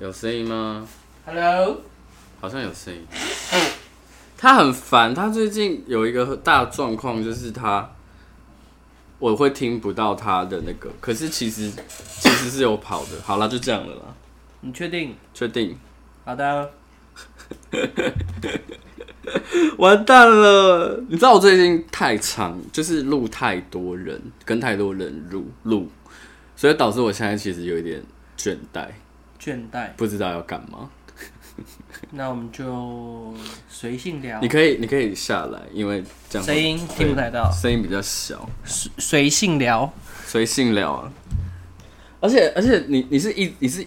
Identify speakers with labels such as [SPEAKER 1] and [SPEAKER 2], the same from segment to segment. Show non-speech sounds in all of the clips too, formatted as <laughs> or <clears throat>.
[SPEAKER 1] 有声音吗？
[SPEAKER 2] Hello，
[SPEAKER 1] 好像有声音。他很烦，他最近有一个大状况，就是他我会听不到他的那个，可是其实其实是有跑的。好啦，就这样了啦，
[SPEAKER 2] 你确定？
[SPEAKER 1] 确定。
[SPEAKER 2] 好的，
[SPEAKER 1] 完蛋了！你知道我最近太长，就是录太多人，跟太多人录录，所以导致我现在其实有一点倦怠，
[SPEAKER 2] 倦怠，
[SPEAKER 1] 不知道要干嘛。
[SPEAKER 2] 那我们就随性聊
[SPEAKER 1] 你。可以，你可以下来，因为这样
[SPEAKER 2] 声音听不太到，
[SPEAKER 1] 声音比较小，
[SPEAKER 2] 随随性聊。
[SPEAKER 1] 随性聊啊。而且而且你你是一你是，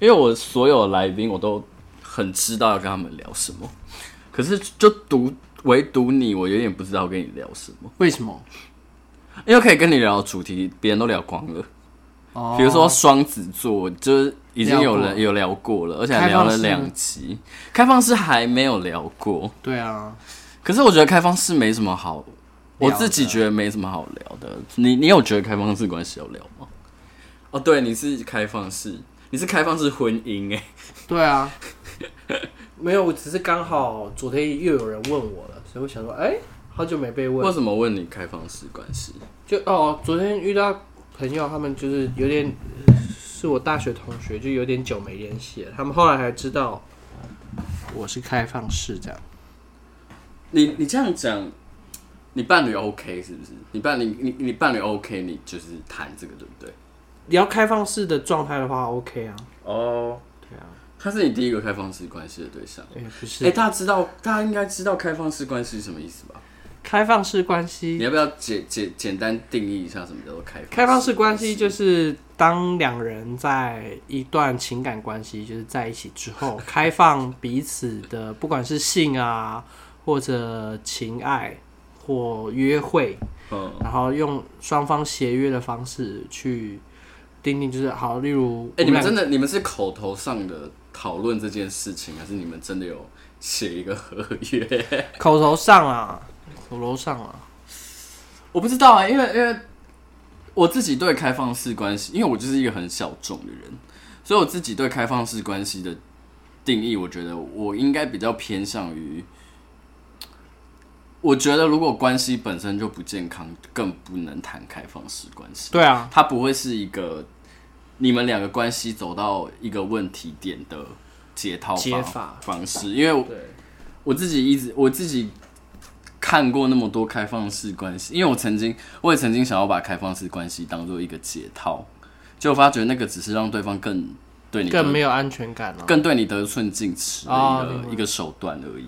[SPEAKER 1] 因为我所有来宾我都很知道要跟他们聊什么，可是就独唯独你，我有点不知道跟你聊什么，
[SPEAKER 2] 为什么？
[SPEAKER 1] 因为可以跟你聊的主题，别人都聊光了。
[SPEAKER 2] 哦
[SPEAKER 1] 比如说双子座，就是已经有人
[SPEAKER 2] 聊过
[SPEAKER 1] 有聊过了，而且还聊了两集。开放式还没有聊过，
[SPEAKER 2] 对啊，
[SPEAKER 1] 可是我觉得开放式没什么好，
[SPEAKER 2] 聊
[SPEAKER 1] 我
[SPEAKER 2] 的
[SPEAKER 1] 自己觉得没什么好聊的。你你有觉得开放式关系有聊吗？哦，对，你是开放式，你是开放式婚姻哎、
[SPEAKER 2] 对啊， <laughs> 没有，我只是刚好昨天又有人问我了，所以我想说，哎、好久没被问，
[SPEAKER 1] 为什么问你开放式关系？
[SPEAKER 2] 就哦，昨天遇到朋友，他们就是有点是我大学同学，就有点久没联系了，他们后来才知道我是开放式这样。
[SPEAKER 1] 你你这样讲，你伴侣 OK 是不是？你伴侣你你伴侣 OK，你就是谈这个对不对？
[SPEAKER 2] 你要开放式的状态的话，OK 啊，
[SPEAKER 1] 哦，
[SPEAKER 2] 对啊，
[SPEAKER 1] 他是你第一个开放式关系的对象。
[SPEAKER 2] 也不是、
[SPEAKER 1] 哎、大家知道，大家应该知道开放式关系是什么意思吧？
[SPEAKER 2] 开放式关
[SPEAKER 1] 你
[SPEAKER 2] 系。
[SPEAKER 1] 要不要简简简单定义一下什么叫做开放？
[SPEAKER 2] 开放式关系就是当两人在一段情感关系，就是在一起之
[SPEAKER 1] <laughs>
[SPEAKER 2] 后，开放彼此的，不管是性啊，或者情爱，或约会，
[SPEAKER 1] 嗯，
[SPEAKER 2] 然后用双方协约的方式去订定，就是好，例如
[SPEAKER 1] 哎、
[SPEAKER 2] 我
[SPEAKER 1] 你们
[SPEAKER 2] 两
[SPEAKER 1] 真的你们是口头上的讨论这件事情，还是你们真的有写一个合约？
[SPEAKER 2] 口头上啊，口头上啊，
[SPEAKER 1] <laughs> 我不知道啊、因为因为我自己对开放式关系，因为我就是一个很小众的人，所以我自己对开放式关系的定义，我觉得我应该比较偏向于，我觉得如果关系本身就不健康，更不能谈开放式关系。
[SPEAKER 2] 对啊，
[SPEAKER 1] 它不会是一个你们两个关系走到一个问题点的解套
[SPEAKER 2] 解
[SPEAKER 1] 方
[SPEAKER 2] 法
[SPEAKER 1] 方式，因为我
[SPEAKER 2] 对，
[SPEAKER 1] 我自己一直我自己看过那么多开放式关系，因为我曾经我也曾经想要把开放式关系当做一个解套，就发觉那个只是让对方更对你
[SPEAKER 2] 更没有安全感啊了、
[SPEAKER 1] 更对你得寸进尺的
[SPEAKER 2] 哦
[SPEAKER 1] 一
[SPEAKER 2] 明
[SPEAKER 1] 个、
[SPEAKER 2] 白
[SPEAKER 1] 一个手段而已。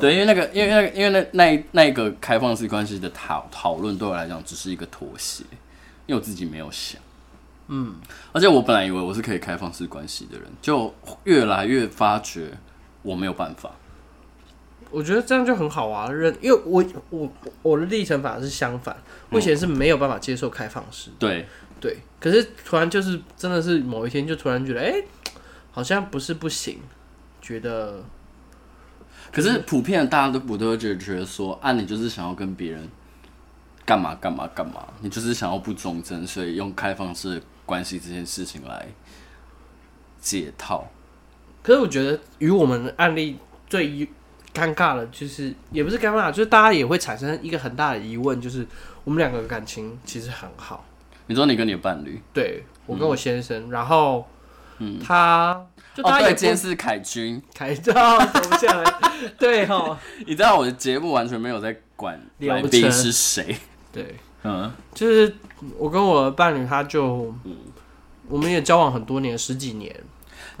[SPEAKER 1] 对，因为那个，因为那个，因为那那一那一个开放式关系的讨讨论对我来讲只是一个妥协，因为我自己没有想。嗯，而且我本来以为我是可以开放式关系的人，就越来越发觉我没有办法。
[SPEAKER 2] 我觉得这样就很好啊，认，因为我我我的历程法是相反，
[SPEAKER 1] 嗯
[SPEAKER 2] 我以前是没有办法接受开放式，
[SPEAKER 1] 对，
[SPEAKER 2] 对，可是突然就是真的是某一天就突然觉得，哎、好像不是不行，觉得
[SPEAKER 1] 可是普遍大家都不都会觉得觉得说，啊，你就是想要跟别人干嘛干嘛干嘛，你就是想要不忠贞，所以用开放式关系这件事情来解套。
[SPEAKER 2] 可是我觉得与我们的案例最疑尴尬的，就是也不是尴尬，就是大家也会产生一个很大的疑问，就是我们两个感情其实很好，
[SPEAKER 1] 你说你跟你的伴侣，
[SPEAKER 2] 对我跟我先生，然后他就
[SPEAKER 1] 嗯哦，
[SPEAKER 2] 他也
[SPEAKER 1] 对，
[SPEAKER 2] 不
[SPEAKER 1] 今天是凯君。
[SPEAKER 2] 开照走不 <laughs> 下来，对哈，
[SPEAKER 1] 你知道我的节目完全没有在管来
[SPEAKER 2] 了不
[SPEAKER 1] 宾
[SPEAKER 2] 成
[SPEAKER 1] 是谁，
[SPEAKER 2] 对，
[SPEAKER 1] 嗯，
[SPEAKER 2] 就是我跟我的伴侣，他就我们也交往很多年，十几年，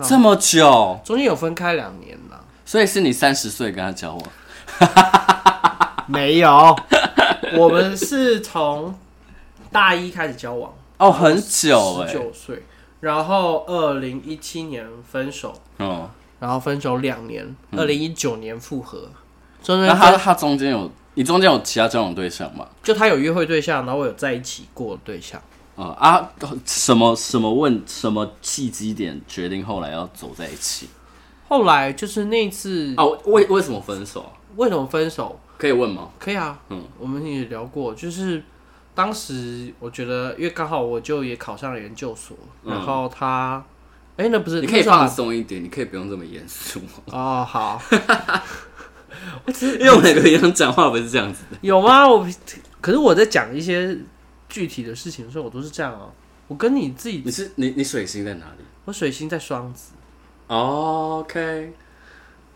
[SPEAKER 1] 这么久，
[SPEAKER 2] 中间有分开两年啦，
[SPEAKER 1] 所以是你三十岁跟他交往，
[SPEAKER 2] 没有， <laughs> 我们是从大一开始交往。
[SPEAKER 1] 哦，很久哎、
[SPEAKER 2] 十九岁，然后二零一七年分手，
[SPEAKER 1] 哦，
[SPEAKER 2] 然后分手两年，二零一九年复合，中
[SPEAKER 1] 嗯那
[SPEAKER 2] 间
[SPEAKER 1] 他
[SPEAKER 2] 他
[SPEAKER 1] 他中间有你中间有其他交往对象吗？
[SPEAKER 2] 就他有约会对象，然后我有在一起过的对象，
[SPEAKER 1] 嗯啊，什么什么问什么契机点决定后来要走在一起？
[SPEAKER 2] 后来就是那一次
[SPEAKER 1] 哦，为为什么分手？
[SPEAKER 2] 为什么分手？
[SPEAKER 1] 可以问吗？
[SPEAKER 2] 可以啊，
[SPEAKER 1] 嗯
[SPEAKER 2] 嗯，我们也聊过，就是当时我觉得，因为刚好我就也考上了研究所，然后他哎、那不是
[SPEAKER 1] 嗯你可以
[SPEAKER 2] 那时候
[SPEAKER 1] 放松一点，你可以不用这么严肃。
[SPEAKER 2] 哦，好，
[SPEAKER 1] <laughs> 因为我每个人讲话不是这样子的。
[SPEAKER 2] 有吗？我可是我在讲一些具体的事情的时候，我都是这样哦。我跟你自己，
[SPEAKER 1] 你是你你水星在哪里
[SPEAKER 2] 我水星在双子，
[SPEAKER 1] 哦？OK，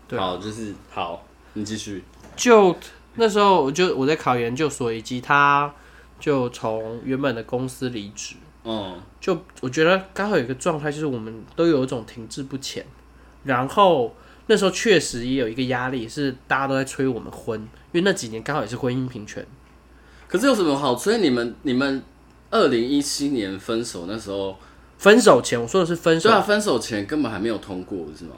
[SPEAKER 2] 对
[SPEAKER 1] 好，就是好，你继续。
[SPEAKER 2] 就那时候我就我在考研究所，以及他就从原本的公司离职。
[SPEAKER 1] 嗯，
[SPEAKER 2] 就我觉得刚好有一个状态，就是我们都有一种停滞不前。然后那时候确实也有一个压力，是大家都在催我们婚，因为那几年刚好也是婚姻平权。
[SPEAKER 1] 可是有什么好？所以你们你们二零一七年分手那时候，
[SPEAKER 2] 分手前，我说的是分手
[SPEAKER 1] 对啊，分手前根本还没有通过，是吗？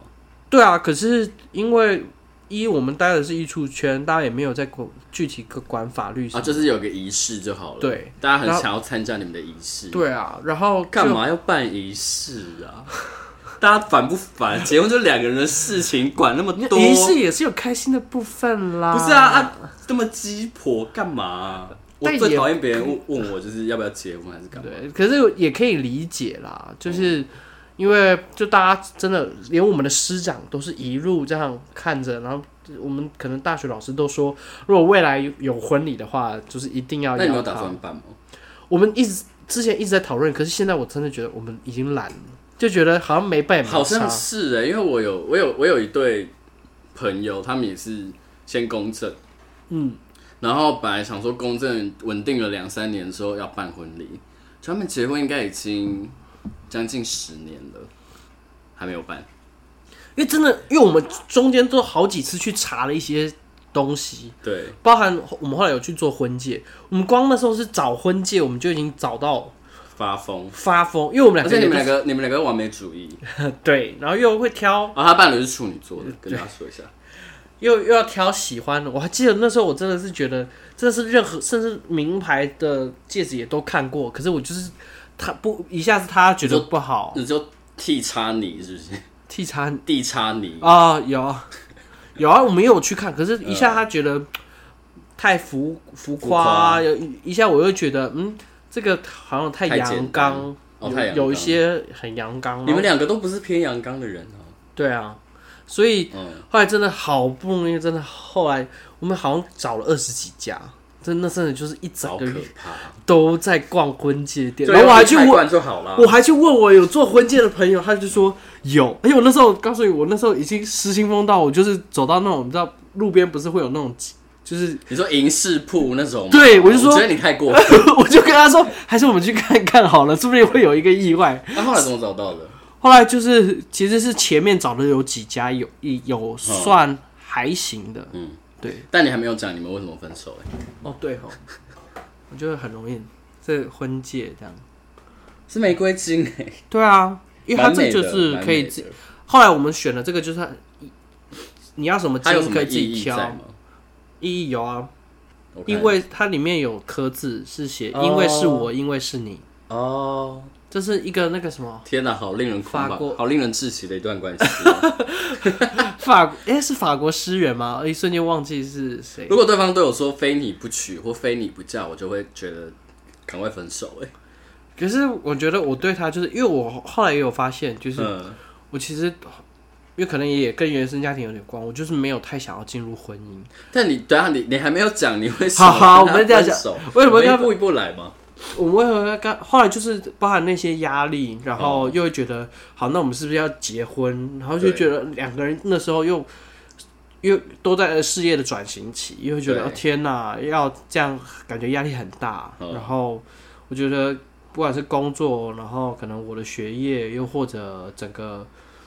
[SPEAKER 2] 对啊，可是因为一我们待的是艺术圈，大家也没有在管具体个管法律什
[SPEAKER 1] 啊，
[SPEAKER 2] 么。
[SPEAKER 1] 就是有个仪式就好了。
[SPEAKER 2] 对，
[SPEAKER 1] 大家很
[SPEAKER 2] 然后
[SPEAKER 1] 想要参加你们的仪式。
[SPEAKER 2] 对啊，然后就
[SPEAKER 1] 干？嘛要办仪式啊？ <laughs> 大家烦不烦？结婚就两个人的事情，管那么多？
[SPEAKER 2] 仪式也是有开心的部分啦。
[SPEAKER 1] 不是啊啊，这么鸡婆干嘛啊、我
[SPEAKER 2] 但也
[SPEAKER 1] 最讨厌别人问问我，就是要不要结婚还是干嘛？哦
[SPEAKER 2] 对，可是也可以理解啦，就是因为就大家真的连我们的师长都是一路这样看着，然后我们可能大学老师都说，如果未来有有婚礼的话，就是一定要
[SPEAKER 1] 那你们有
[SPEAKER 2] 邀
[SPEAKER 1] 打
[SPEAKER 2] 他。
[SPEAKER 1] 算办吗？
[SPEAKER 2] 我们一直之前一直在讨论，可是现在我真的觉得我们已经懒了，就觉得好像没办法，
[SPEAKER 1] 好像是哎、因为我有我有我有一对朋友，他们也是先公证，
[SPEAKER 2] 嗯，
[SPEAKER 1] 然后本来想说公证稳定了两三年之后要办婚礼，就他们结婚应该已经将近十年了，还没有办。
[SPEAKER 2] 因为真的，因为我们中间都好几次去查了一些东西，
[SPEAKER 1] 对，
[SPEAKER 2] 包含我们后来有去做婚戒，我们光那时候是找婚戒，我们就已经找到
[SPEAKER 1] 发疯。
[SPEAKER 2] 发疯，因为我们
[SPEAKER 1] 而
[SPEAKER 2] 两个
[SPEAKER 1] 且你
[SPEAKER 2] 人
[SPEAKER 1] 们两个，你们两个完美主义。哦
[SPEAKER 2] 对，然后又会挑，
[SPEAKER 1] 然后他伴侣是处女座的，
[SPEAKER 2] 嗯
[SPEAKER 1] 跟大家说一下。
[SPEAKER 2] 又又要挑喜欢的。我还记得那时候，我真的是觉得，真的是任何甚至名牌的戒指也都看过，可是我就是他不一下子他觉得不好，
[SPEAKER 1] 你就替插你是不是？ <laughs>
[SPEAKER 2] 替他
[SPEAKER 1] 地插你
[SPEAKER 2] 啊、有有啊，我们也有去看，可是一下他觉得太浮浮夸啊，
[SPEAKER 1] 浮夸
[SPEAKER 2] 有一一下我又觉得嗯，这个好像太
[SPEAKER 1] 太
[SPEAKER 2] 阳
[SPEAKER 1] 简单
[SPEAKER 2] 刚，
[SPEAKER 1] 哦，
[SPEAKER 2] 有
[SPEAKER 1] 太阳
[SPEAKER 2] 有一
[SPEAKER 1] 刚
[SPEAKER 2] 些哦很阳刚，
[SPEAKER 1] 你们两个都不是偏阳刚的人啊。
[SPEAKER 2] 对啊，所以
[SPEAKER 1] 嗯，
[SPEAKER 2] 后来真的好不容易，真的后来我们好像找了二十几家，真的真的就是一整
[SPEAKER 1] 好
[SPEAKER 2] 个
[SPEAKER 1] 可
[SPEAKER 2] 月
[SPEAKER 1] 怕。
[SPEAKER 2] 都在逛婚戒店，
[SPEAKER 1] 对
[SPEAKER 2] 然后我还去
[SPEAKER 1] 要
[SPEAKER 2] 问，
[SPEAKER 1] 管就好啦。
[SPEAKER 2] 我还去问我有做婚戒的朋友，他就说有，而且我那时候告诉你，我那时候已经失心疯到我就是走到那种你知道路边不是会有那种
[SPEAKER 1] <laughs>
[SPEAKER 2] 就是。
[SPEAKER 1] 你说银饰铺那种吗，
[SPEAKER 2] 对我就说
[SPEAKER 1] 觉得你太过
[SPEAKER 2] <laughs>
[SPEAKER 1] 分。
[SPEAKER 2] 我就跟他说，还是我们去看看好了，说不定会有一个意外。
[SPEAKER 1] 那后来怎么找到的？
[SPEAKER 2] 后来就是，其实是前面找的有几家有有算还行的，
[SPEAKER 1] 嗯，
[SPEAKER 2] 对。
[SPEAKER 1] 但你还没有讲你们为什么分手哎，
[SPEAKER 2] 哦，对吼，我觉得很容易这婚戒这样。
[SPEAKER 1] 是玫瑰金哎，
[SPEAKER 2] 对啊，因为它
[SPEAKER 1] 蛮
[SPEAKER 2] 这
[SPEAKER 1] 美的
[SPEAKER 2] 就是可以
[SPEAKER 1] 蛮美
[SPEAKER 2] 自。
[SPEAKER 1] 的
[SPEAKER 2] 后来我们选了这个，就是它你要什么
[SPEAKER 1] 它有什
[SPEAKER 2] 金可
[SPEAKER 1] 么
[SPEAKER 2] 以自
[SPEAKER 1] 意
[SPEAKER 2] 己
[SPEAKER 1] 义在
[SPEAKER 2] 挑。
[SPEAKER 1] 吗？
[SPEAKER 2] 意义有啊，
[SPEAKER 1] 我看
[SPEAKER 2] 因为它里面有刻字，是写“
[SPEAKER 1] 哦
[SPEAKER 2] 因为是我，因为是你
[SPEAKER 1] 哦，”，
[SPEAKER 2] 这是一个那个什么
[SPEAKER 1] 天哪，好令人
[SPEAKER 2] 法
[SPEAKER 1] 狂吧
[SPEAKER 2] 国，
[SPEAKER 1] 好令人窒息的一段关系。
[SPEAKER 2] 法哎、是法国诗人吗？一瞬间忘记是谁
[SPEAKER 1] 如。果对方对我说“非你不娶”或“非你不嫁”，我就会觉得赶快分手、欸。
[SPEAKER 2] 可是我觉得我对他就是因为我后来也有发现，就是
[SPEAKER 1] 嗯，
[SPEAKER 2] 我其实因为可能也跟原生家庭有点关，我就是没有太想要进入婚姻。
[SPEAKER 1] 但你等一下你你还没有讲你会
[SPEAKER 2] 好嗯好我们这样讲为什么
[SPEAKER 1] 一
[SPEAKER 2] 要
[SPEAKER 1] 步一步来嘛？
[SPEAKER 2] 我为何要干？后来就是包含那些压力，然
[SPEAKER 1] 嗯
[SPEAKER 2] 后又会觉得，好，那我们是不是要结婚？然后就
[SPEAKER 1] 对
[SPEAKER 2] 觉得两个人那时候又又都在事业的转型期，又会觉得、
[SPEAKER 1] 对
[SPEAKER 2] 哦、天哪，要这样感觉压力很大。
[SPEAKER 1] 嗯
[SPEAKER 2] 然后我觉得不管是工作，然后可能我的学业，又或者整个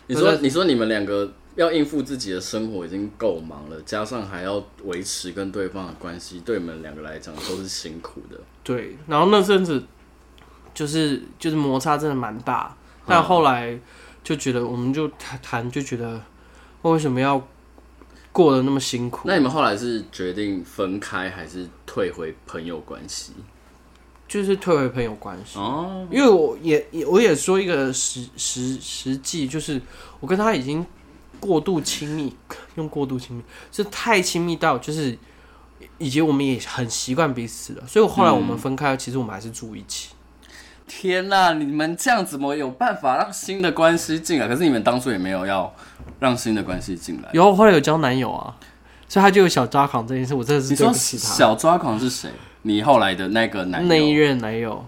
[SPEAKER 1] 你说你说你们两个要应付自己的生活已经够忙了，加上还要维持跟对方的关系，对你们两个来讲都是辛苦的。
[SPEAKER 2] 对，然后那阵子就是就是摩擦真的蛮大，但后来就觉得我们就谈谈就觉得我为什么要过得那么辛苦？
[SPEAKER 1] 那你们后来是决定分开，还是退回朋友关系？
[SPEAKER 2] 就是退回朋友关系，
[SPEAKER 1] 哦，
[SPEAKER 2] 因为我也也我也说一个实实实际，就是我跟他已经过度亲密，用过度亲密是太亲密到就是。以及我们也很习惯彼此了，所以后来我们分开，其实我们还是住一起。
[SPEAKER 1] 天呐，你们这样怎么有办法让新的关系进来？可是你们当初也没有要让新的关系进来。
[SPEAKER 2] 有后来有交男友啊，所以他就有小抓狂这件事，我真的是
[SPEAKER 1] 你
[SPEAKER 2] 嗯对
[SPEAKER 1] 说
[SPEAKER 2] 不起他。
[SPEAKER 1] 小抓狂是谁？你后来的那个男
[SPEAKER 2] 那一
[SPEAKER 1] 友，
[SPEAKER 2] 任男友，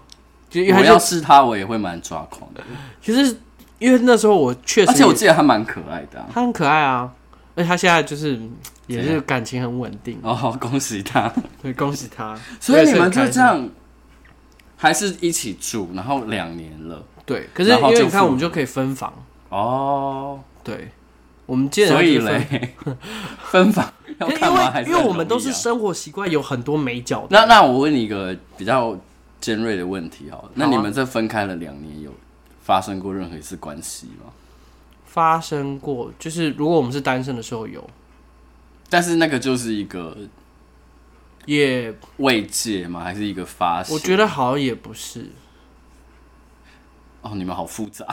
[SPEAKER 2] 就因为
[SPEAKER 1] 我
[SPEAKER 2] 他
[SPEAKER 1] 要
[SPEAKER 2] 就是
[SPEAKER 1] 他，我也会蛮抓狂的。
[SPEAKER 2] 其实因为那时候我确实
[SPEAKER 1] 而且我
[SPEAKER 2] 也
[SPEAKER 1] 记得他蛮可爱的啊、
[SPEAKER 2] 他很可爱啊，而且他现在就是也
[SPEAKER 1] 怎
[SPEAKER 2] 是感情很稳定，
[SPEAKER 1] 哦，恭喜
[SPEAKER 2] <laughs>
[SPEAKER 1] 他！
[SPEAKER 2] 对，恭喜他。
[SPEAKER 1] 所以你们
[SPEAKER 2] 我
[SPEAKER 1] 就
[SPEAKER 2] 也
[SPEAKER 1] 这
[SPEAKER 2] 是很开心
[SPEAKER 1] 样，还是一起住，然后两年了。
[SPEAKER 2] 对，可是
[SPEAKER 1] 然
[SPEAKER 2] 因
[SPEAKER 1] 后
[SPEAKER 2] 为
[SPEAKER 1] 就
[SPEAKER 2] 你看
[SPEAKER 1] 付
[SPEAKER 2] 我们就可以分房，
[SPEAKER 1] 哦，
[SPEAKER 2] 对，我们基本上
[SPEAKER 1] 所以
[SPEAKER 2] 就是分
[SPEAKER 1] 嘞，分房要
[SPEAKER 2] <laughs> 因为
[SPEAKER 1] 干嘛？还
[SPEAKER 2] 因为
[SPEAKER 1] 很
[SPEAKER 2] 我们都
[SPEAKER 1] 容易
[SPEAKER 2] 是
[SPEAKER 1] 啊
[SPEAKER 2] 生活习惯有很多美角的，
[SPEAKER 1] 那那我问你一个比较尖锐的问题好了，那
[SPEAKER 2] 好啊
[SPEAKER 1] 你们这分开了两年，有发生过任何一次关系吗？
[SPEAKER 2] 发生过，就是如果我们是单身的时候有，
[SPEAKER 1] 但是那个就是一个
[SPEAKER 2] 也
[SPEAKER 1] 慰藉吗？还是一个发泄？
[SPEAKER 2] 我觉得好像也不是，
[SPEAKER 1] 哦，你们好复杂。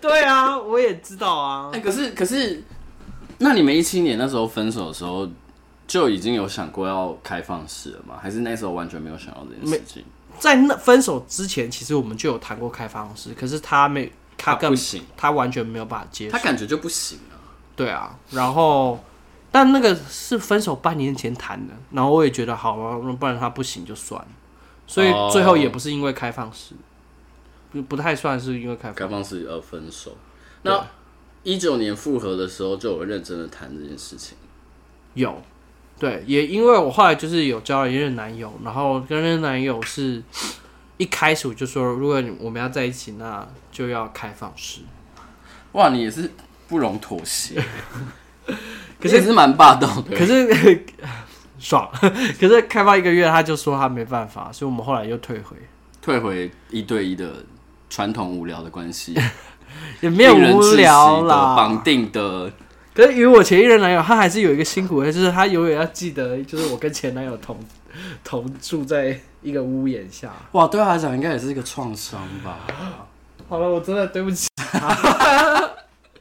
[SPEAKER 2] 对啊，我也知道啊
[SPEAKER 1] 哎、，可是可是，那你们一七年那时候分手的时候，就已经有想过要开放式了吗？还是那时候完全没有想到这件事情？
[SPEAKER 2] 在那分手之前，其实我们就有谈过开放式，可是他没，他
[SPEAKER 1] 不
[SPEAKER 2] 更
[SPEAKER 1] 行，
[SPEAKER 2] 他完全没有办法接受
[SPEAKER 1] 他，感觉就不行啊。
[SPEAKER 2] 对啊，然后。但那个是分手半年前谈的，然后我也觉得好啊，不然他不行就算了，所以
[SPEAKER 1] 哦
[SPEAKER 2] 最后也不是因为开放式，不不太算是因为开放式
[SPEAKER 1] 开放式而分手，那一九年复合的时候就有认真的谈这件事情。
[SPEAKER 2] 有，对，也因为我后来就是有交了一任男友，然后跟任男友是一开始我就说，如果你我们要在一起，那就要开放式。
[SPEAKER 1] 哇，你也是不容妥协，
[SPEAKER 2] 可
[SPEAKER 1] 可是也是蛮霸道的。
[SPEAKER 2] 可是 <laughs> 爽， <laughs> 可是开放一个月他就说他没办法，所以我们后来又退回，
[SPEAKER 1] 退回一对一的传统无聊的关系，
[SPEAKER 2] 也没有
[SPEAKER 1] 令人
[SPEAKER 2] 无
[SPEAKER 1] 窒息
[SPEAKER 2] 聊
[SPEAKER 1] 的
[SPEAKER 2] 啦
[SPEAKER 1] 绑。定的，
[SPEAKER 2] 可是与我前一任男友，他还是有一个辛苦的，就是他永远要记得，就是我跟前男友同 <laughs> 同住在一个屋檐下。
[SPEAKER 1] 哇，对他来讲应该也是一个创伤 <laughs> 吧。
[SPEAKER 2] 好了，我真的对不起。
[SPEAKER 1] <laughs> 我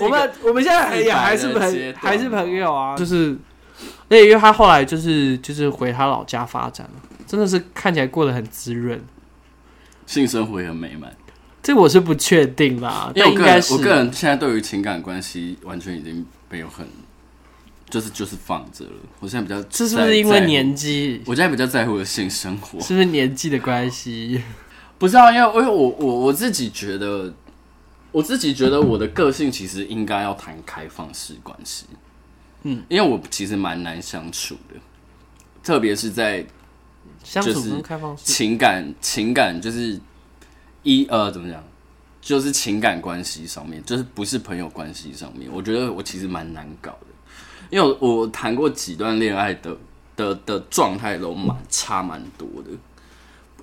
[SPEAKER 2] 我
[SPEAKER 1] 们
[SPEAKER 2] 们我们现在还
[SPEAKER 1] 自白
[SPEAKER 2] 也
[SPEAKER 1] 的
[SPEAKER 2] 还
[SPEAKER 1] 阶段
[SPEAKER 2] 是朋还是朋友啊，就是，而且因为他后来就是就是回他老家发展了，真的是看起来过得很滋润。
[SPEAKER 1] 性生活也很美满，
[SPEAKER 2] 这我是不确定啦，
[SPEAKER 1] 因为
[SPEAKER 2] 但
[SPEAKER 1] 我
[SPEAKER 2] 应
[SPEAKER 1] 个
[SPEAKER 2] 该
[SPEAKER 1] 人，
[SPEAKER 2] 是
[SPEAKER 1] 我个人现在对于情感关系完全已经没有很，就是就是放着了。我现在比较
[SPEAKER 2] 这是不
[SPEAKER 1] 在
[SPEAKER 2] 是因为？
[SPEAKER 1] 在乎
[SPEAKER 2] 年纪？
[SPEAKER 1] 我现在比较在乎我的性生活，
[SPEAKER 2] 是不是年纪的关系？
[SPEAKER 1] <laughs> 不是啊，因为因为我我我自己觉得，我自己觉得我的个性其实应该要谈开放式关系，嗯，因为我其实蛮难相处的，特别是在
[SPEAKER 2] 相处
[SPEAKER 1] 就是
[SPEAKER 2] 跟开放式，
[SPEAKER 1] 情感情感就是一呃怎么讲，就是情感关系上面，就是不是朋友关系上面，我觉得我其实蛮难搞的，因为我我谈过几段恋爱的的的状态都蛮差蛮多的，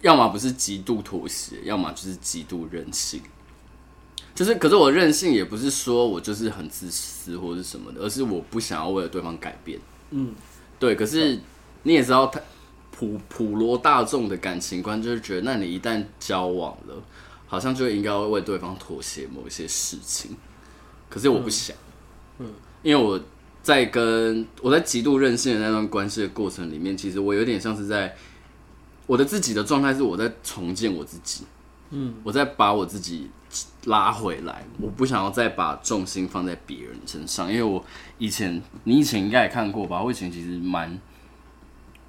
[SPEAKER 1] 要么不是极度妥协，要么就是极度任性。就是，可是我任性也不是说我就是很自私或是什么的，而是我不想要为了对方改变。
[SPEAKER 2] 嗯，
[SPEAKER 1] 对。可是你也知道，他普普罗大众的感情观就是觉得，那你一旦交往了，好像就应该会为对方妥协某一些事情。可是我不想，嗯，因为我在跟我在极度任性的那段关系的过程里面，其实我有点像是在我的自己的状态是我在重建我自己，嗯，我在把我自己拉回来，我不想要再把重心放在别人身上，因为我以前你以前应该也看过吧，我以前其实蛮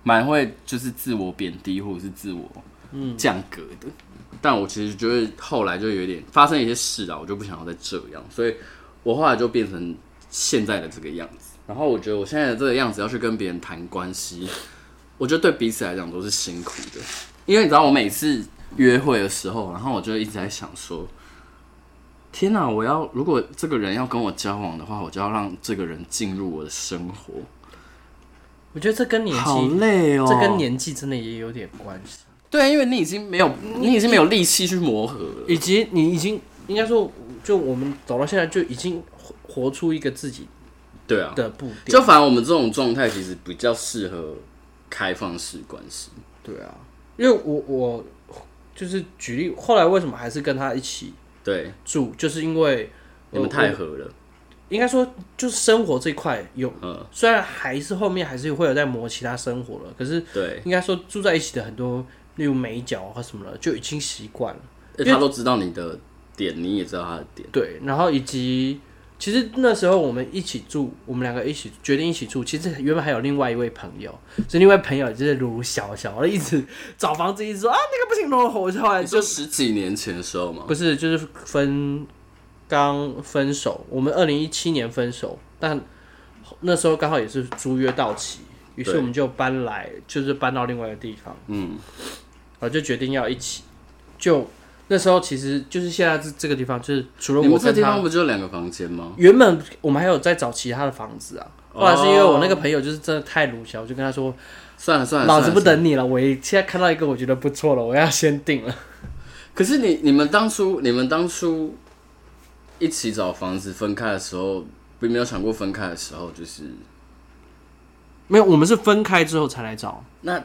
[SPEAKER 1] 蛮会就是自我贬低或者是自我降格的，但我其实觉得后来就有点发生一些事啊，我就不想要再这样，所以我后来就变成现在的这个样子。然后我觉得我现在的这个样子要去跟别人谈关系，我觉得对彼此来讲都是辛苦的，因为你知道我每次约会的时候，然后我就一直在想说。天哪、我要如果这个人要跟我交往的话，我就要让这个人进入我的生活，
[SPEAKER 2] 我觉得这跟年
[SPEAKER 1] 好
[SPEAKER 2] 纪，
[SPEAKER 1] 累哦。
[SPEAKER 2] 这跟年纪真的也有点关系。
[SPEAKER 1] 对，啊因为你已经没有，你已经没有力气去磨合了。
[SPEAKER 2] 以及你已经应该说，就我们走到现在就已经活活出一个自己
[SPEAKER 1] 对啊，
[SPEAKER 2] 的步调。
[SPEAKER 1] 就反而我们这种状态其实比较适合开放式关系。
[SPEAKER 2] 对啊，因为我我就是举例，后来为什么还是跟他一起
[SPEAKER 1] 对，
[SPEAKER 2] 住，就是因为
[SPEAKER 1] 你们太合了。
[SPEAKER 2] 应该说就是生活这一块有，
[SPEAKER 1] 嗯，
[SPEAKER 2] 虽然还是后面还是会有在磨其他生活了，可是
[SPEAKER 1] 对，
[SPEAKER 2] 应该说住在一起的很多例如美角或什么的，就已经习惯了。
[SPEAKER 1] 欸他都知道你的点，你也知道他的点，
[SPEAKER 2] 对，然后以及其实那时候我们一起住，我们两个一起决定一起住。其实原本还有另外一位朋友，所以另外朋友就是如如小小，一直找房子，一直说啊那个不行，然后我就后来
[SPEAKER 1] 你
[SPEAKER 2] 就
[SPEAKER 1] 说十几年前的时候嘛，
[SPEAKER 2] 不是就是分刚分手，我们二零一七年分手，但那时候刚好也是租约到期，于是
[SPEAKER 1] 对
[SPEAKER 2] 我们就搬来，就是搬到另外一个地方。
[SPEAKER 1] 嗯，
[SPEAKER 2] 然后就决定要一起。就那时候其实就是现在这这个地方，就是除了
[SPEAKER 1] 你
[SPEAKER 2] 我
[SPEAKER 1] 们这个地
[SPEAKER 2] 跟他，
[SPEAKER 1] 方不就两个房间吗？
[SPEAKER 2] 原本我们还有在找其他的房子啊。
[SPEAKER 1] 哦啊
[SPEAKER 2] 后来是因为我那个朋友就是真的太鲁小，我就跟他说
[SPEAKER 1] 算了算：“了，
[SPEAKER 2] 老子
[SPEAKER 1] 算了
[SPEAKER 2] 不。等你了，我现在看到一个我觉得不错了，我要先定了。
[SPEAKER 1] 可是你你们当初你们当初一起找房子分开的时候，并没有想过分开的时候就是”
[SPEAKER 2] 没有，我们是分开之后才来找，
[SPEAKER 1] 那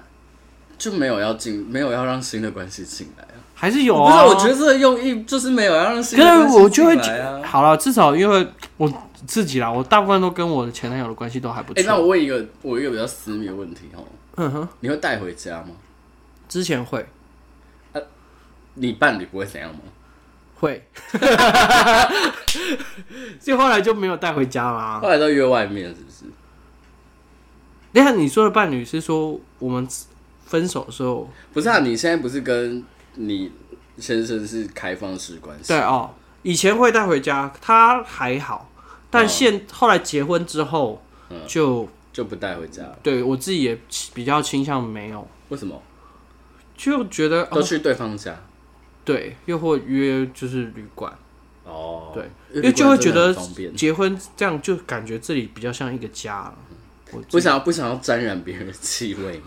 [SPEAKER 1] 就没有要进，没有要让新的关系进来啊。
[SPEAKER 2] 还是有
[SPEAKER 1] 不
[SPEAKER 2] 啊？
[SPEAKER 1] 是，我觉得这个用意就是没有要让新的
[SPEAKER 2] 可
[SPEAKER 1] 关
[SPEAKER 2] 是
[SPEAKER 1] 系
[SPEAKER 2] 我就会
[SPEAKER 1] 进
[SPEAKER 2] 觉
[SPEAKER 1] 来啊。
[SPEAKER 2] 好了，至少因为我自己啦，我大部分都跟我的前男友的关系都还不
[SPEAKER 1] 哎、那
[SPEAKER 2] 错。
[SPEAKER 1] 我问一个我一个比较私密的问题哦，
[SPEAKER 2] 嗯哼，
[SPEAKER 1] 你会带回家吗？
[SPEAKER 2] 之前会
[SPEAKER 1] 你伴侣不会怎样吗？
[SPEAKER 2] 会， <laughs> 所以后来就没有带回家啦。
[SPEAKER 1] 后来都约外面是不是？
[SPEAKER 2] 等一下你说的伴侣是说我们分手的时候，
[SPEAKER 1] 不是啊，你现在不是跟你先生是开放式关系？
[SPEAKER 2] 对哦，以前会带回家，他还好，但现、后来结婚之后，就
[SPEAKER 1] 就不带回家了？
[SPEAKER 2] 对我自己也比较倾向没有，
[SPEAKER 1] 为什么？
[SPEAKER 2] 就觉得、
[SPEAKER 1] 都
[SPEAKER 2] 哦、
[SPEAKER 1] 去对方家？
[SPEAKER 2] 对，又或约就是旅馆，
[SPEAKER 1] 哦，
[SPEAKER 2] 对，因为就会觉
[SPEAKER 1] 日
[SPEAKER 2] 得
[SPEAKER 1] 本真的很方便，
[SPEAKER 2] 结婚这样就感觉这里比较像一个家了，我
[SPEAKER 1] 不想要不想要沾染别人的气味嘛。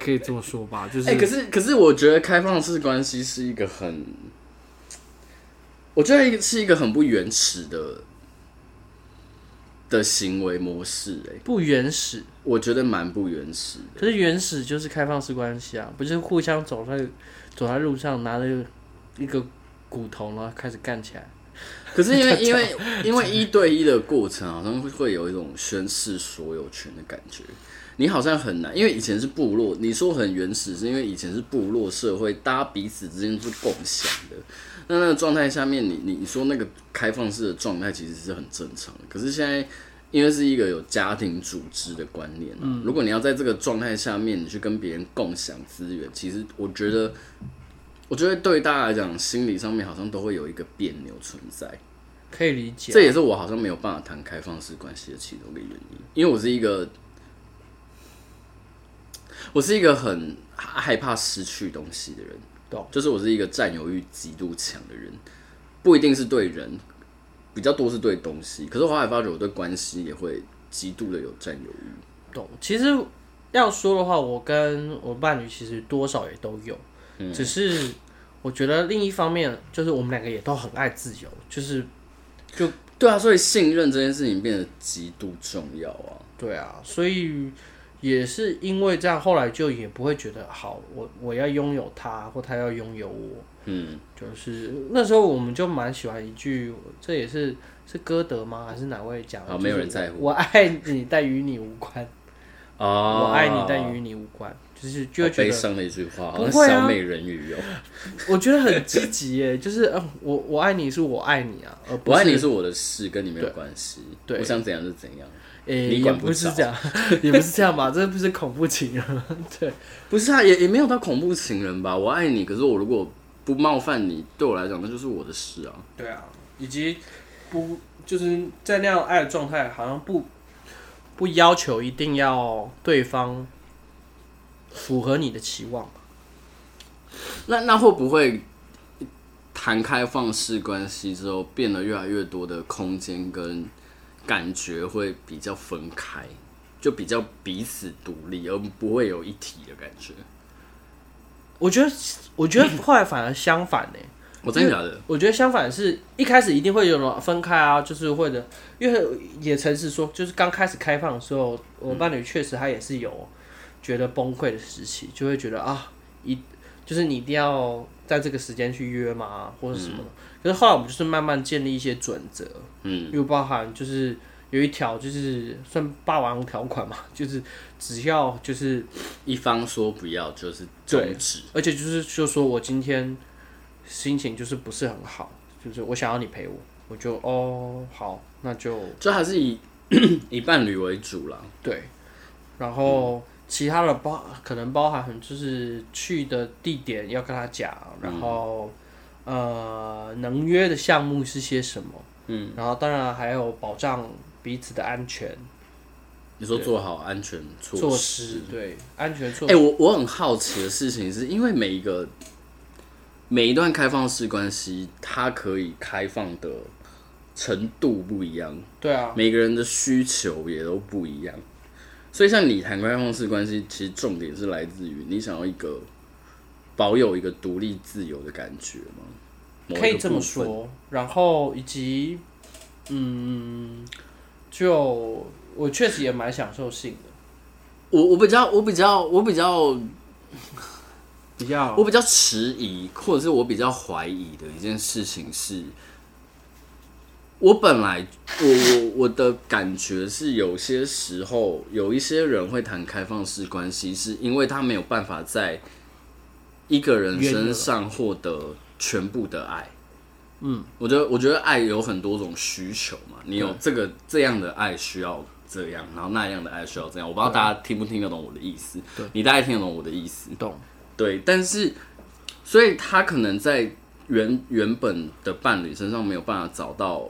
[SPEAKER 2] 可以这么说吧，就是、
[SPEAKER 1] 哎、可是可是我觉得开放式关系是一个很，我觉得一个是一个很不原始的的行为模式、哎，
[SPEAKER 2] 不原始，
[SPEAKER 1] 我觉得蛮不原始的。
[SPEAKER 2] 可是原始就是开放式关系啊，不是互相走在走在路上拿着一个骨头然后开始干起来。
[SPEAKER 1] 可是因为因为因为一对一的过程，好像会有一种宣誓所有权的感觉。你好像很难，因为以前是部落，你说很原始，是因为以前是部落社会，大家彼此之间是共享的。那那个状态下面，你你你说那个开放式的状态其实是很正常的。可是现在，因为是一个有家庭组织的观念、啊，如果你要在这个状态下面，你去跟别人共享资源，其实我觉得，我觉得对大家来讲，心理上面好像都会有一个别扭存在。
[SPEAKER 2] 可以理解。
[SPEAKER 1] 这也是我好像没有办法谈开放式关系的其中一个原因，因为我是一个，我是一个很害怕失去东西的人，
[SPEAKER 2] 懂？
[SPEAKER 1] 就是我是一个占有欲极度强的人，不一定是对人，比较多是对东西。可是我后来发觉，我对关系也会极度的有占有欲。
[SPEAKER 2] 懂。其实要说的话，我跟我伴侣其实多少也都有，
[SPEAKER 1] 嗯
[SPEAKER 2] 只是我觉得另一方面就是我们两个也都很爱自由，就是
[SPEAKER 1] 对啊，所以信任这件事情变得极度重要啊。
[SPEAKER 2] 对啊，所以也是因为这样，后来就也不会觉得好，我我要拥有他，或他要拥有我。
[SPEAKER 1] 嗯，
[SPEAKER 2] 就是那时候我们就蛮喜欢一句，这也是是歌德吗？还是哪位讲的？
[SPEAKER 1] 好没有人在乎
[SPEAKER 2] 就是我爱你，但与你无关。
[SPEAKER 1] 哦
[SPEAKER 2] <laughs> 我爱你，但与你无关。就是就会
[SPEAKER 1] 好
[SPEAKER 2] 觉
[SPEAKER 1] 悲
[SPEAKER 2] 得，
[SPEAKER 1] 伤的一句话，
[SPEAKER 2] 不
[SPEAKER 1] 好像
[SPEAKER 2] 会啊
[SPEAKER 1] 小美人鱼哦、
[SPEAKER 2] 我觉得很积极耶。就是，嗯，我我爱你是我爱你啊，而不
[SPEAKER 1] 我
[SPEAKER 2] 是
[SPEAKER 1] 爱你是我的事，跟你没有关系。
[SPEAKER 2] 对
[SPEAKER 1] 我想怎样就怎样。
[SPEAKER 2] 诶，
[SPEAKER 1] 你
[SPEAKER 2] 也
[SPEAKER 1] 管不
[SPEAKER 2] 不是
[SPEAKER 1] 着
[SPEAKER 2] 这样， <laughs> 也不是这样吧？这不是恐怖情人，对，
[SPEAKER 1] 不是啊，也也没有到恐怖情人吧。我爱你，可是我如果不冒犯你，对我来讲那就是我的事啊。
[SPEAKER 2] 对啊，以及不就是在那样爱的状态，好像不不要求一定要对方符合你的期望。
[SPEAKER 1] 那那会不会谈开放式关系之后，变得越来越多的空间跟感觉会比较分开，就比较彼此独立，而不会有一体的感觉？
[SPEAKER 2] 我觉得，我觉得后来反而相反欸呢、
[SPEAKER 1] 我真的假的？
[SPEAKER 2] 我觉得相反是一开始一定会有人分开啊，就是或者因为也诚实说，就是刚开始开放的时候，我伴侣确实他也是有觉得崩溃的时期，就会觉得啊，一就是你一定要在这个时间去约嘛，或者什么的。可是后来我们就是慢慢建立一些准则，
[SPEAKER 1] 嗯，
[SPEAKER 2] 又包含就是有一条就是算霸王条款嘛，就是只要就是
[SPEAKER 1] 一方说不要就是终止，
[SPEAKER 2] 而且就是就说我今天心情就是不是很好，就是我想要你陪我，我就哦好，那就
[SPEAKER 1] 就还是以 <clears throat> 以伴侣为主啦。
[SPEAKER 2] 对，然后其他的包可能包含就是去的地点要跟他讲，然后、呃能约的项目是些什么，嗯，然后当然还有保障彼此的安全
[SPEAKER 1] 你说做好安全措
[SPEAKER 2] 措
[SPEAKER 1] 施。
[SPEAKER 2] 施，对，安全措
[SPEAKER 1] 哎、我我很好奇的事情是，因为每一个每一段开放式关系，它可以开放的程度不一样，
[SPEAKER 2] 对啊，
[SPEAKER 1] 每个人的需求也都不一样。所以，像你谈开放式关系，其实重点是来自于你想要一个保有一个独立自由的感觉吗？某一
[SPEAKER 2] 可以
[SPEAKER 1] 个
[SPEAKER 2] 这么
[SPEAKER 1] 部分，
[SPEAKER 2] 说。然后以及，嗯，就我确实也蛮享受性的，
[SPEAKER 1] 我我比较我比较我比较
[SPEAKER 2] 比较
[SPEAKER 1] 我比较迟疑，或者是我比较怀疑的一件事情是，我本来我我我的感觉是，有些时候有一些人会谈开放式关系，是因为他没有办法在一个人身上获得全部的爱。嗯，我觉得我觉得爱有很多种需求嘛，你有这个这样的爱需要这样，然后那样的爱需要这样。我不知道大家听不听得懂我的意思，你大概听得懂我的意思？
[SPEAKER 2] 懂，
[SPEAKER 1] 对，但是，所以他可能在原原本的伴侣身上没有办法找到，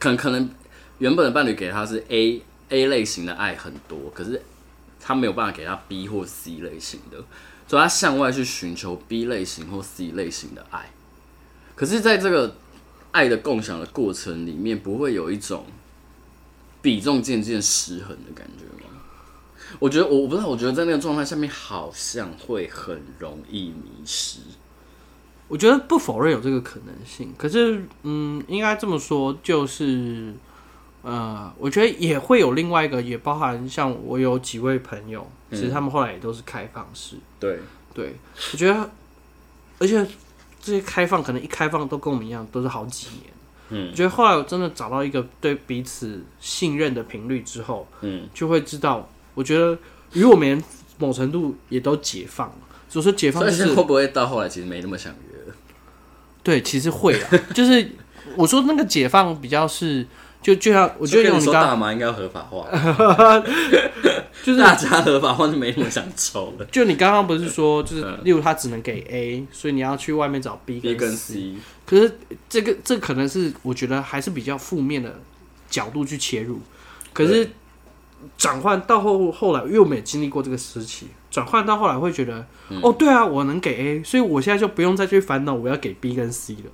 [SPEAKER 1] 可能可能原本的伴侣给他是 A A 类型的爱很多，可是他没有办法给他 B 或 C 类型的，所以他向外去寻求 B 类型或 C 类型的爱。可是，在这个爱的共享的过程里面，不会有一种比重渐渐失衡的感觉吗？我觉得我我不知道，我觉得在那个状态下面，好像会很容易迷失。
[SPEAKER 2] 我觉得不否认有这个可能性，可是，嗯，应该这么说，就是，呃，我觉得也会有另外一个，也包含像我有几位朋友，其
[SPEAKER 1] 嗯
[SPEAKER 2] 实他们后来也都是开放式，
[SPEAKER 1] 对，
[SPEAKER 2] 对我觉得，而且这些开放可能一开放都跟我们一样，都是好几年。
[SPEAKER 1] 嗯，
[SPEAKER 2] 我觉得后来我真的找到一个对彼此信任的频率之后，
[SPEAKER 1] 嗯，
[SPEAKER 2] 就会知道，我觉得与我们也某程度也都解放了。所以说解放
[SPEAKER 1] 所
[SPEAKER 2] 就
[SPEAKER 1] 以
[SPEAKER 2] 是
[SPEAKER 1] 是会不会到后来其实没那么想约了？
[SPEAKER 2] 对，其实会啊，就是我说那个解放比较是，就就像我觉得
[SPEAKER 1] 就
[SPEAKER 2] 用
[SPEAKER 1] 跟你
[SPEAKER 2] 你
[SPEAKER 1] 说
[SPEAKER 2] 刚
[SPEAKER 1] 大麻应该要合法化，
[SPEAKER 2] <laughs>
[SPEAKER 1] <laughs>
[SPEAKER 2] 就是
[SPEAKER 1] 大家合法化就没那么想抽了。
[SPEAKER 2] 就你刚刚不是说，就是例如他只能给 A，所以你要去外面找 B
[SPEAKER 1] 嗯 B
[SPEAKER 2] 跟
[SPEAKER 1] 跟
[SPEAKER 2] C。
[SPEAKER 1] C，
[SPEAKER 2] 可是这个这可能是我觉得还是比较负面的角度去切入。可是转换到后后来，因为我们也经历过这个时期，转换到后来会觉得，哦，对啊，我能给 A，所以我现在就不用再去烦恼我要给 B 跟 C 了。